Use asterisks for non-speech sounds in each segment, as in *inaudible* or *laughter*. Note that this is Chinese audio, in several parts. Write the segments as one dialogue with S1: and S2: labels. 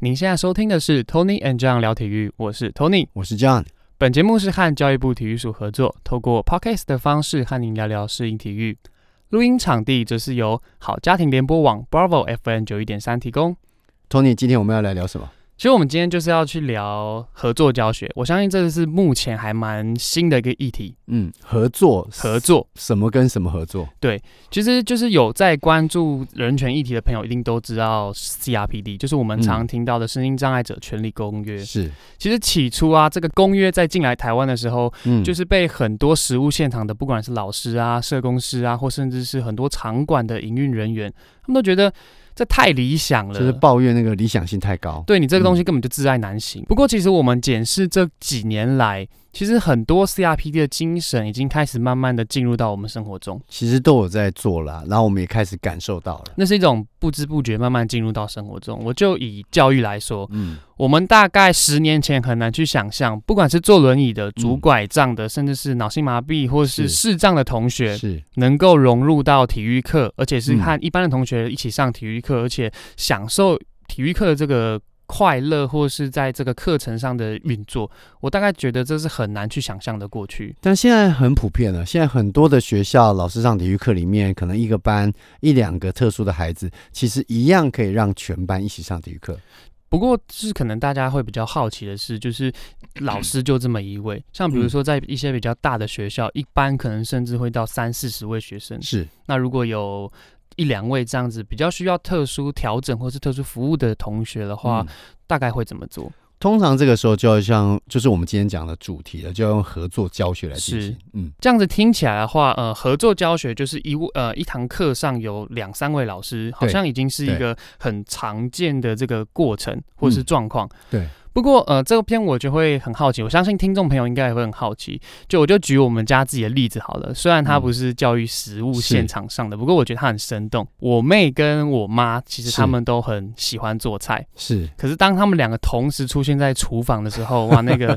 S1: 您现在收听的是 Tony and John 聊体育，我是 Tony。
S2: 我是 John。
S1: 本节目是和教育部体育署合作，透过 Podcast 的方式和您聊聊适应体育。录音场地则是由好家庭联播网 Bravo FM 九一点三提供。
S2: Tony，今天我们要来聊什么？
S1: 其实我们今天就是要去聊合作教学，我相信这是目前还蛮新的一个议题。
S2: 嗯，合作，
S1: 合作
S2: 什么跟什么合作？
S1: 其实就是有在关注人权议题的朋友，一定都知道 CRPD，就是我们
S2: 嗯
S1: 常听到的《身心障碍者权利公约》
S2: 是，
S1: 其实起初啊，这个公约在进来台湾的时候，
S2: 嗯，
S1: 就是被很多实务现场的，不管是老师啊、社工师啊，或甚至是很多场馆的营运人员，他们都觉得这太理想了，
S2: 就是抱怨那个理想性太高。
S1: 对你这个东西根本就自爱难行。不过，其实我们检视这几年来，其实很多 CRPD 的精神已经开始慢慢的进入到我们生活中，
S2: 其实都有在做啦，然后我们也开始感受到了。
S1: 那是一种不知不觉慢慢进入到生活中。我就以教育来说，
S2: 嗯，
S1: 我们大概十年前很难去想象，不管是坐轮椅的、拄拐杖的，甚至是脑性麻痹或是
S2: 是
S1: 视障的同学，
S2: 是，
S1: 能够融入到体育课，而且是
S2: 嗯
S1: 和一般的同学一起上体育课，而且享受体育课的这个快乐，或是在这个课程上的运作，我大概觉得这是很难去想象的过去。
S2: 但现在很普遍了。现在很多的学校老师上体育课里面，可能一个班一两个特殊的孩子，其实一样可以让全班一起上体育课。
S1: 不过，就是可能大家会比较好奇的是，就是老师就这么一
S2: 嗯
S1: 位，像比如说在一些比较大的学校，一般可能甚至会到三四十位学生，
S2: 是，
S1: 那如果有一两位这样子比较需要特殊调整或是特殊服务的同学的话，
S2: 嗯
S1: 大概会怎么做？
S2: 通常这个时候就要像，就是我们今天讲的主题了，就要用合作教学来进
S1: 是
S2: 行。嗯，
S1: 这样子听起来的话，呃，合作教学就是一位呃一堂课上有两三位老师，好像已经是一个很常见的这个过程或是状况。
S2: 嗯对，
S1: 不过呃，这篇我就会很好奇，我相信听众朋友应该也会很好奇。就我就举我们家自己的例子好了，虽然它
S2: 嗯
S1: 不是教育实务
S2: 是
S1: 现场上的，不过我觉得它很生动。我妹跟我妈其实
S2: 是
S1: 他们都很喜欢做菜，
S2: 是，
S1: 可是当他们两个同时出现在厨房的时候，哇，那
S2: *laughs*
S1: 个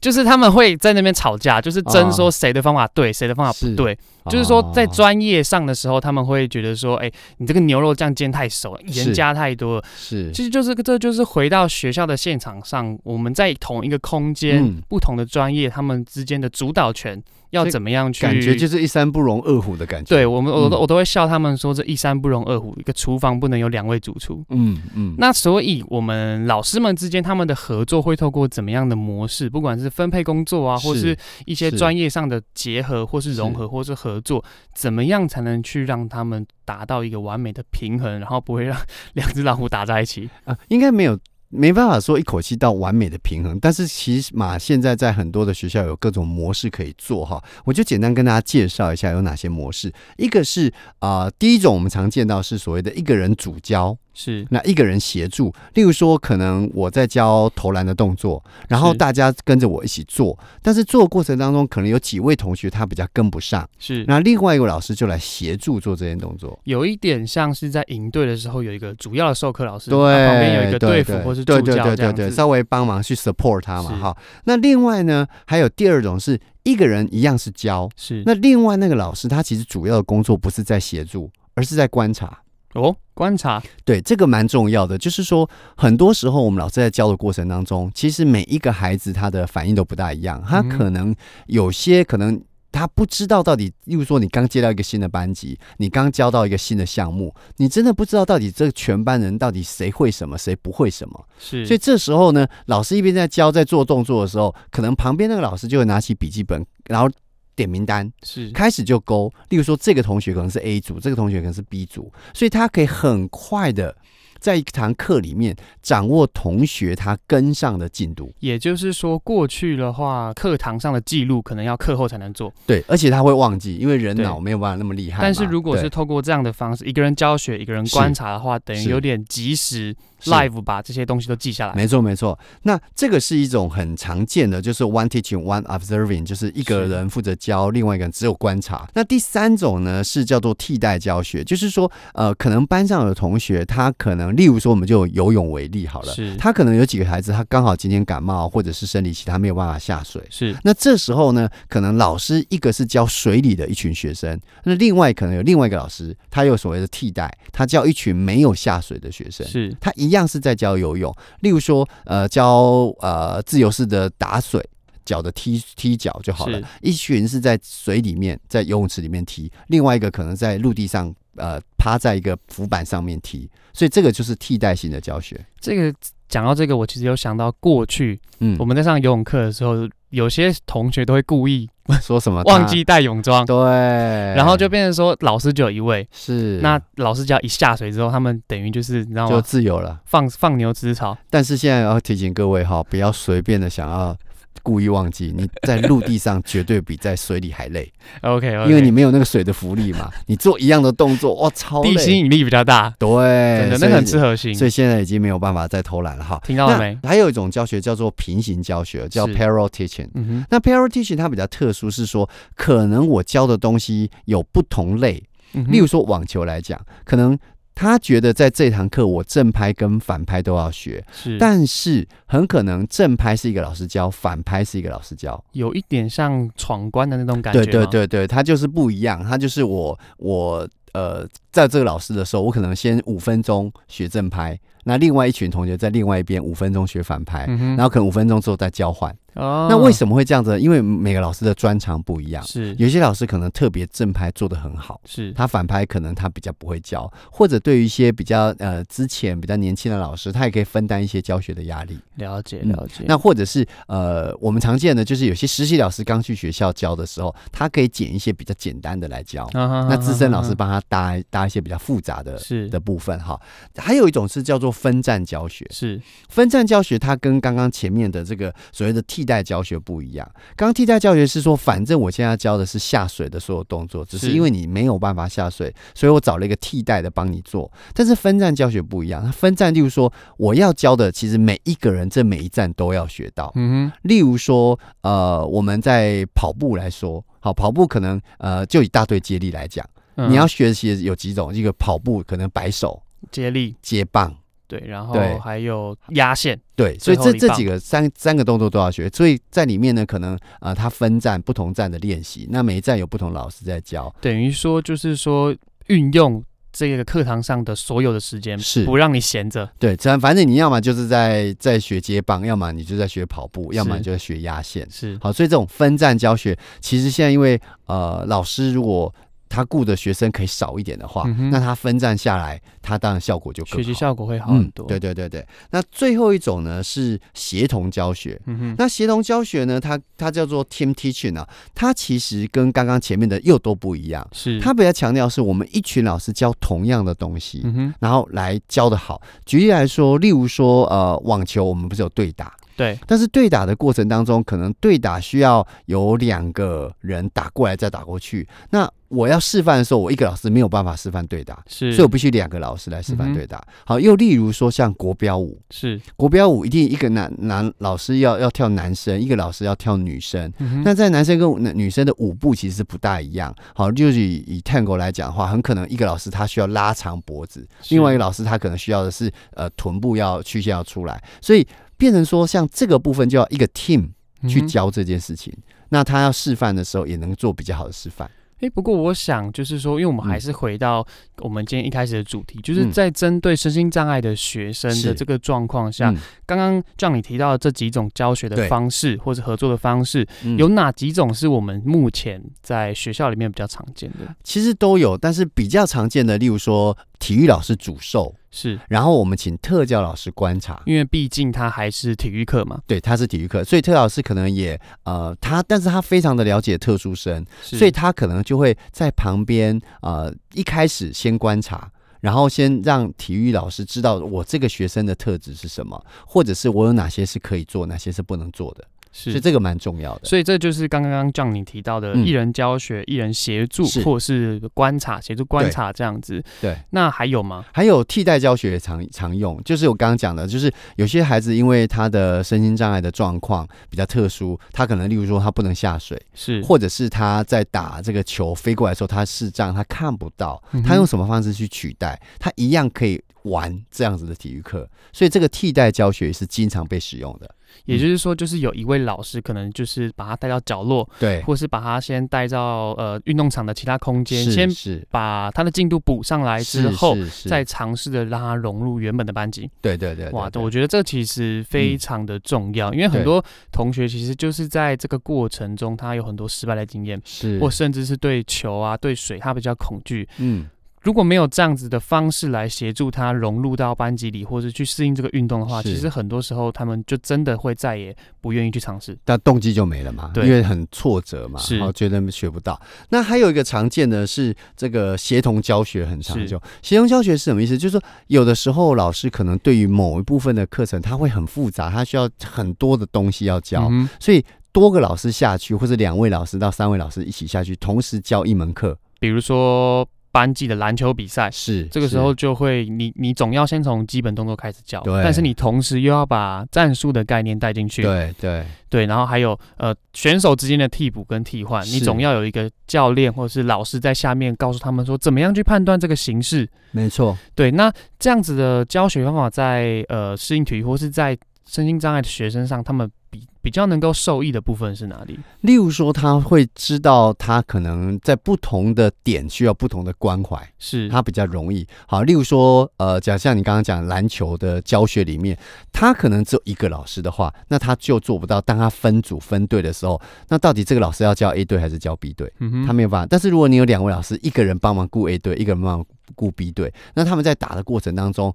S1: 就是他们会在那边吵架，就是争说谁的方法对，谁的方法啊不
S2: 是
S1: 对。就是说在
S2: 哦
S1: 专业上的时候，他们会觉得说，哎、你这个牛肉酱煎太熟了，盐
S2: 是
S1: 加太多了。
S2: 是
S1: 其实就是这就是回到学校的现场上，我们在同一个空间、
S2: 嗯
S1: 不同的专业，他们之间的主导权要
S2: 所以
S1: 怎么样去？
S2: 感觉就是一山不容二虎的感觉。
S1: 对，我们，我都、
S2: 嗯
S1: 我都会笑他们说，这一山不容二虎，一个厨房不能有两位主厨。
S2: 嗯嗯，
S1: 那所以，我们老师们之间他们的合作会透过怎么样的模式？不管是分配工作啊，或是一些
S2: 是
S1: 专业上的结合，或是融合，或是合作，怎么样才能去让他们达到一个完美的平衡，然后不会让 *laughs* 两只老虎打在一起？
S2: 啊，应该没有没办法说一口气到完美的平衡，但是起码现在在很多的学校有各种模式可以做哈，我就简单跟大家介绍一下有哪些模式。一个是啊、呃第一种我们常见到是所谓的一个人主教，
S1: 是
S2: 那一个人协助，例如说，可能我在教投篮的动作，然后
S1: 是
S2: 大家跟着我一起做，但是做的过程当中，可能有几位同学他比较跟不上，
S1: 是，
S2: 那另外一位老师就来协助做这些动作。
S1: 有一点像是在营队的时候有一个主要的授课老师，
S2: 对，
S1: 他旁边有一个
S2: 对
S1: 队辅
S2: 对
S1: 或是助
S2: 对对
S1: 教
S2: 对
S1: 这样
S2: 对
S1: 子
S2: 对，。稍微帮忙去 support 他嘛
S1: 是
S2: 哈。那另外呢，还有第二种是一个人一样是教，
S1: 是
S2: 那另外那个老师他其实主要的工作不是在协助，而是在观察。
S1: 哦，观察
S2: 对，这个蛮重要的，就是说，很多时候我们老师在教的过程当中，其实每一个孩子他的反应都不大一样，他
S1: 嗯
S2: 可能有些可能。他不知道到底，例如说你刚接到一个新的班级，你刚教到一个新的项目，你真的不知道到底这全班人到底谁会什么，谁不会什么。
S1: 是，
S2: 所以这时候呢，老师一边在教，在做动作的时候，可能旁边那个老师就会拿起笔记本，然后点名单，
S1: 是
S2: 开始就勾，例如说这个同学可能是 A 组，这个同学可能是 B 组，所以他可以很快的在一堂课里面掌握同学他跟上的进度，
S1: 也就是说，过去的话，课堂上的记录可能要课后才能做，
S2: 对，而且他会忘记，因为人
S1: 对
S2: 脑没有办法那么厉害嘛。
S1: 但是如果
S2: 对
S1: 是透过这样的方式，一个人教学，一个人
S2: 是
S1: 观察的话，等于
S2: 是
S1: 有点及时
S2: 是
S1: live 把这些东西都记下来。
S2: 没错，没错。那这个是一种很常见的，就是 one teaching, one observing，就是一个
S1: 是
S2: 人负责教，另外一个人只有观察。那第三种呢，是叫做替代教学，就是说，呃，可能班上有同学他可能能，例如说我们就游泳为例好了，
S1: 是
S2: 他可能有几个孩子，他刚好今天感冒或者是生理期，他没有办法下水。 *laughs*
S1: 是
S2: 那这时候呢，可能老师一个是教水里的一群学生，那另外可能有另外一个老师，他有所谓的替代，他教一群没有下水的学生。
S1: 是
S2: 他一样是在教游泳，例如说，呃，教呃自由式的打水，脚的踢踢脚就好了
S1: 是。
S2: 一群是在水里面，在游泳池里面踢，另外一个可能在陆地上，呃，趴在一个浮板上面踢。所以这个就是替代型的教学。
S1: 这个讲到这个，我其实有想到过去
S2: 嗯
S1: 我们在上游泳课的时候，有些同学都会故意
S2: 说什么
S1: 忘记带泳装
S2: 啊他？，对，然
S1: 然后就变成说老师只有一位，
S2: 是
S1: 那啊老师只要一下水之后，他们等于就是你知道
S2: 就
S1: 吗？
S2: 自由了。
S1: 放放牛吃草，
S2: 但是现在要提醒各位哈，不要随便的想要故意忘记，你在陆地上绝对比在水里还
S1: *laughs*
S2: 累，
S1: OK，,
S2: 因为你没有那个水的浮力嘛。你做一样的动作，哇，超累。
S1: 地心引力比较大，
S2: 对
S1: 真，的
S2: 所以
S1: 那个很吃核心。
S2: 所以现在已经没有办法再偷懒了哈。
S1: 听到了没？
S2: 那还有一种教学叫做平行教学，叫
S1: 是
S2: parallel teaching。
S1: 嗯哼，
S2: 那 parallel teaching 它比较特殊，是说可能我教的东西有不同类，
S1: 嗯哼
S2: 例如说网球来讲，可能他觉得在这堂课我正拍跟反拍都要学，
S1: 是，
S2: 但是很可能正拍是一个老师教，反拍是一个老师教。
S1: 有一点像闯关的那种感觉
S2: 对
S1: 吗，
S2: 对对对，他就是不一样，他就是我我呃，在这个老师的时候，我可能先五分钟学正拍，那另外一群同学在另外一边五分钟学反拍。
S1: 嗯哼，
S2: 然后可能五分钟之后再交换，
S1: 哦，
S2: 那为什么会这样子呢？因为每个老师的专长不一样，
S1: 是
S2: 有些老师可能特别正拍做得很好，
S1: 是
S2: 他反拍可能他比较不会教，或者对于一些比较呃之前比较年轻的老师，他也可以分担一些教学的压力。
S1: 了解
S2: 嗯
S1: 了解？
S2: 那或者是呃，我们常见的就是有些实习老师刚去学校教的时候，他可以捡一些比较简单的来教，
S1: 那
S2: 那资深
S1: 啊
S2: 老师帮他搭搭一些比较复杂的。
S1: 是
S2: 的部分哈，还有一种是叫做分站教学。
S1: 是
S2: 分站教学它跟刚刚前面的这个所谓的替代教学不一样。刚刚替代教学是说，反正我现在要教的是下水的所有动作，只是
S1: 是
S2: 因为你没有办法下水，所以我找了一个替代的帮你做。但是分站教学不一样，它分站例如说我要教的，其实每一个人这每一站都要学到。
S1: 嗯哼
S2: 例如说，呃，我们在跑步来说。好，跑步可能呃，就以大队接力来讲，
S1: 嗯
S2: 你要学习有几种，一个跑步可能摆手、
S1: 接力
S2: 接棒，
S1: 对，然后
S2: 对
S1: 还有压线
S2: 对，所以
S1: 最后
S2: 这
S1: 一
S2: 这
S1: 棒
S2: 几个三三个动作都要学，所以在里面呢，可能呃，它分站不同站的练习，那每一站有不同老师在教，
S1: 等于说就是说运用这个课堂上的所有的时间，
S2: 是
S1: 不让你闲着，
S2: 对，这样反正你要么就是在在学接棒，要么你就在学跑步，要么
S1: 是
S2: 你就在学压线。
S1: 是
S2: 好，所以这种分站教学，其实现在因为呃，老师如果他雇的学生可以少一点的话，
S1: 嗯哼
S2: 那他分站下来，他当然效果就更
S1: 学
S2: 好。
S1: 习效果会好很多。
S2: 嗯。对，对对对。那最后一种呢是协同教学，
S1: 嗯哼，
S2: 那协同教学呢，它它叫做 team teaching 啊，它其实跟刚刚前面的又都不一样。
S1: 是
S2: 它比较强调是我们一群老师教同样的东西，
S1: 嗯哼，
S2: 然后来教的好。举例来说，例如说呃网球，我们不是有对打，
S1: 对，
S2: 但是对打的过程当中，可能对打需要有两个人打过来再打过去。那我要示范的时候，我一个老师没有办法示范对打，
S1: 是
S2: 所以我必须两个老师来示
S1: 嗯
S2: 范
S1: 哼
S2: 对打。好，又例如说像国标舞，
S1: 是，
S2: 国标舞一定一个男男老师要要跳男生，一个老师要跳女生。
S1: 嗯哼
S2: 那在男生跟女女生的舞步其实不大一样。好，就是以以 tango 来讲的话，很可能一个老师他需要拉长脖子，
S1: 是
S2: 另外一个老师他可能需要的是呃臀部要曲线要出来，所以变成说像这个部分就要一个 team 去
S1: 嗯哼
S2: 教这件事情。那他要示范的时候也能做比较好的示范。
S1: 诶，不过我想就是说，因为我们
S2: 嗯
S1: 还是回到我们今天一开始的主题，就是
S2: 嗯
S1: 在针对身心障碍的学生
S2: 是嗯
S1: 的这个状况下，刚刚让你提到的这几种教学
S2: 对
S1: 的方式或者合作的方式，
S2: 嗯
S1: 有哪几种是我们目前在学校里面比较常见的？
S2: 其实都有，但是比较常见的，例如说体育老师主授，
S1: 是
S2: 然后我们请特教老师观察。
S1: 因为毕竟它还是体育课嘛，
S2: 对，他是体育课，所以特老师可能也呃，他但是他非常的了解特殊生，
S1: 是
S2: 所以他可能就会在旁边呃，一开始先观察。然后先让体育老师知道我这个学生的特质是什么，或者是我有哪些是可以做，哪些是不能做的，所以
S1: 是。
S2: 这个蛮重要的。
S1: 所以这就是刚刚让你提到的
S2: 嗯
S1: 艺人教学、艺、人协助
S2: 是，
S1: 或是观察、协助观
S2: 对
S1: 察这样子。
S2: 对，
S1: 那还有吗？
S2: 还有替代教学也常常用，就是我刚刚讲的，就是有些孩子因为他的身心障碍的状况比较特殊，他可能例如说他不能下水，
S1: 是
S2: 或者是他在打这个球飞过来的时候，他视障，他看不到
S1: 嗯，哼
S2: 他用什么方式去取代？他一样可以玩这样子的体育课，所以这个替代教学是经常被使用的。
S1: 也就是说，就是有一位老师可能就是把他带到角落，
S2: 对，
S1: 或是把他先带到呃运动场的其他空间，
S2: 是
S1: 先
S2: 是
S1: 把他的进度补上来之
S2: 是
S1: 后，
S2: 是是
S1: 再尝试的让他融入原本的班级。
S2: 对对对
S1: 哇，
S2: 对嗯
S1: 我觉得这其实非常的重要，因为很
S2: 对
S1: 多同学其实就是在这个过程中，他有很多失败的经验，
S2: 是
S1: 或甚至是对球啊、对水他比较恐惧。
S2: 嗯
S1: 如果没有这样子的方式来协助他融入到班级里，或是去适应这个运动的话，
S2: 是
S1: 其实很多时候他们就真的会再也不愿意去尝试。
S2: 但动机就没了嘛，因
S1: 对
S2: 为很挫折嘛，
S1: 是
S2: 然后觉得学不到。那还有一个常见的是这个协同教学很常
S1: 是
S2: 用。协同教学是什么意思？就是说有的时候老师可能对于某一部分的课程，他会很复杂，他需要很多的东西要教，
S1: 嗯哼
S2: 所以多个老师下去，或者两位老师到三位老师一起下去，同时教一门课，
S1: 比如说班级的篮球比赛，
S2: 是
S1: 哎这个时候就会你你总要先从基本动作开始教，
S2: 对
S1: 但是你同时又要把战术的概念带进去，
S2: 对对
S1: 对然后还有呃选手之间的替补跟替换，
S2: 是
S1: 你总要有一个教练或者是老师在下面告诉他们说怎么样去判断这个形式。
S2: 没错，
S1: 对，那这样子的教学方法在呃适应体育或是在身心障碍的学生上，他们比比较能够受益的部分是哪里？
S2: 例如说，他会知道他可能在不同的点需要不同的关怀，
S1: 是
S2: 他比较容易。好，例如说，呃，假像你刚刚讲篮球的教学里面，他可能只有一个老师的话，那他就做不到。当他分组分队的时候，那到底这个老师要教 A 队还是教 B 队？
S1: 嗯哼
S2: 他没有办法。但是如果你有两位老师，一个人帮忙顾 A 队，一个人帮忙顾 B 队，那他们在打的过程当中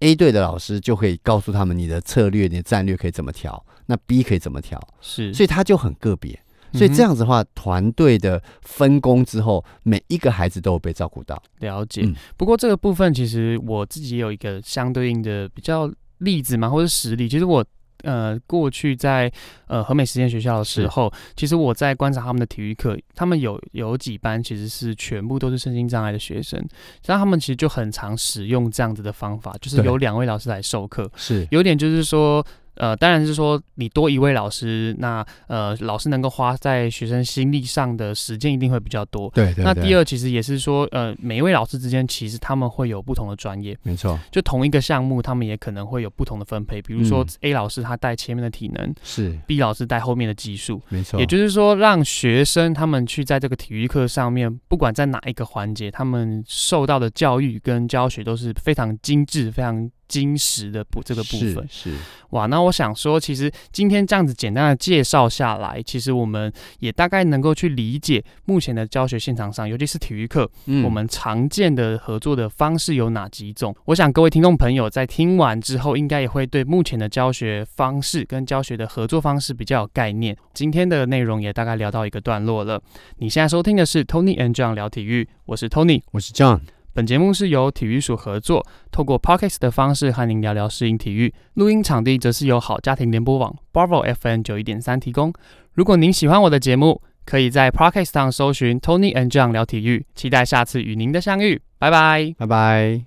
S2: ，A 队的老师就可以告诉他们你的策略、你的战略可以怎么调，那 B 可以怎么调，
S1: 是，
S2: 所以他就很个别。所
S1: 嗯
S2: 以
S1: 嗯哼
S2: 这样子的话，团队的分工之后，每一个孩子都有被照顾到。
S1: 了解。
S2: 嗯
S1: 不过这个部分，其实我自己也有一个相对应的比较例子嘛，或者实例。其实我呃过去在呃和美实践学校的时候，其实我在观察他们的体育课，他们有有几班其实是全部都是身心障碍的学生，但他们其实就很常使用这样子的方法，就是
S2: 对
S1: 有两位老师来授课，
S2: 是
S1: 有点就是说。呃，当然是说你多一位老师，那呃，老师能够花在学生心力上的时间一定会比较多。
S2: 对对，
S1: 那
S2: 对
S1: 第，二，其实也是说，呃，每一位老师之间其实他们会有不同的专业，
S2: 没错，
S1: 就同一个项目，他们也可能会有不同的分配。比如说
S2: 嗯
S1: A 老师他带前面的体能
S2: 是
S1: ，B 老师带后面的技术。
S2: 没错，
S1: 也就是说，让学生他们去在这个体育课上面，不管在哪一个环节，他们受到的教育跟教学都是非常精致、非常精实的部这个部分。
S2: 是是
S1: 哇，那我想说，其实今天这样子简单的介绍下来，其实我们也大概能够去理解目前的教学现场上，尤其是体育课，
S2: 嗯
S1: 我们常见的合作的方式有哪几种？我想各位听众朋友在听完之后，应该也会对目前的教学方式跟教学的合作方式比较有概念。今天的内容也大概聊到一个段落了。你现在收听的是 Tony and John 聊体育，我是 Tony。
S2: 我是 John，
S1: 本节目是由体育署合作，透过 p o c k e t 的方式和您聊聊适应体育。录音场地则是由好家庭联播网 Bravo FM 九一点三提供。如果您喜欢我的节目，可以在 p o c k e t 上搜寻 Tony and John 聊体育。期待下次与您的相遇，拜拜。
S2: 拜拜。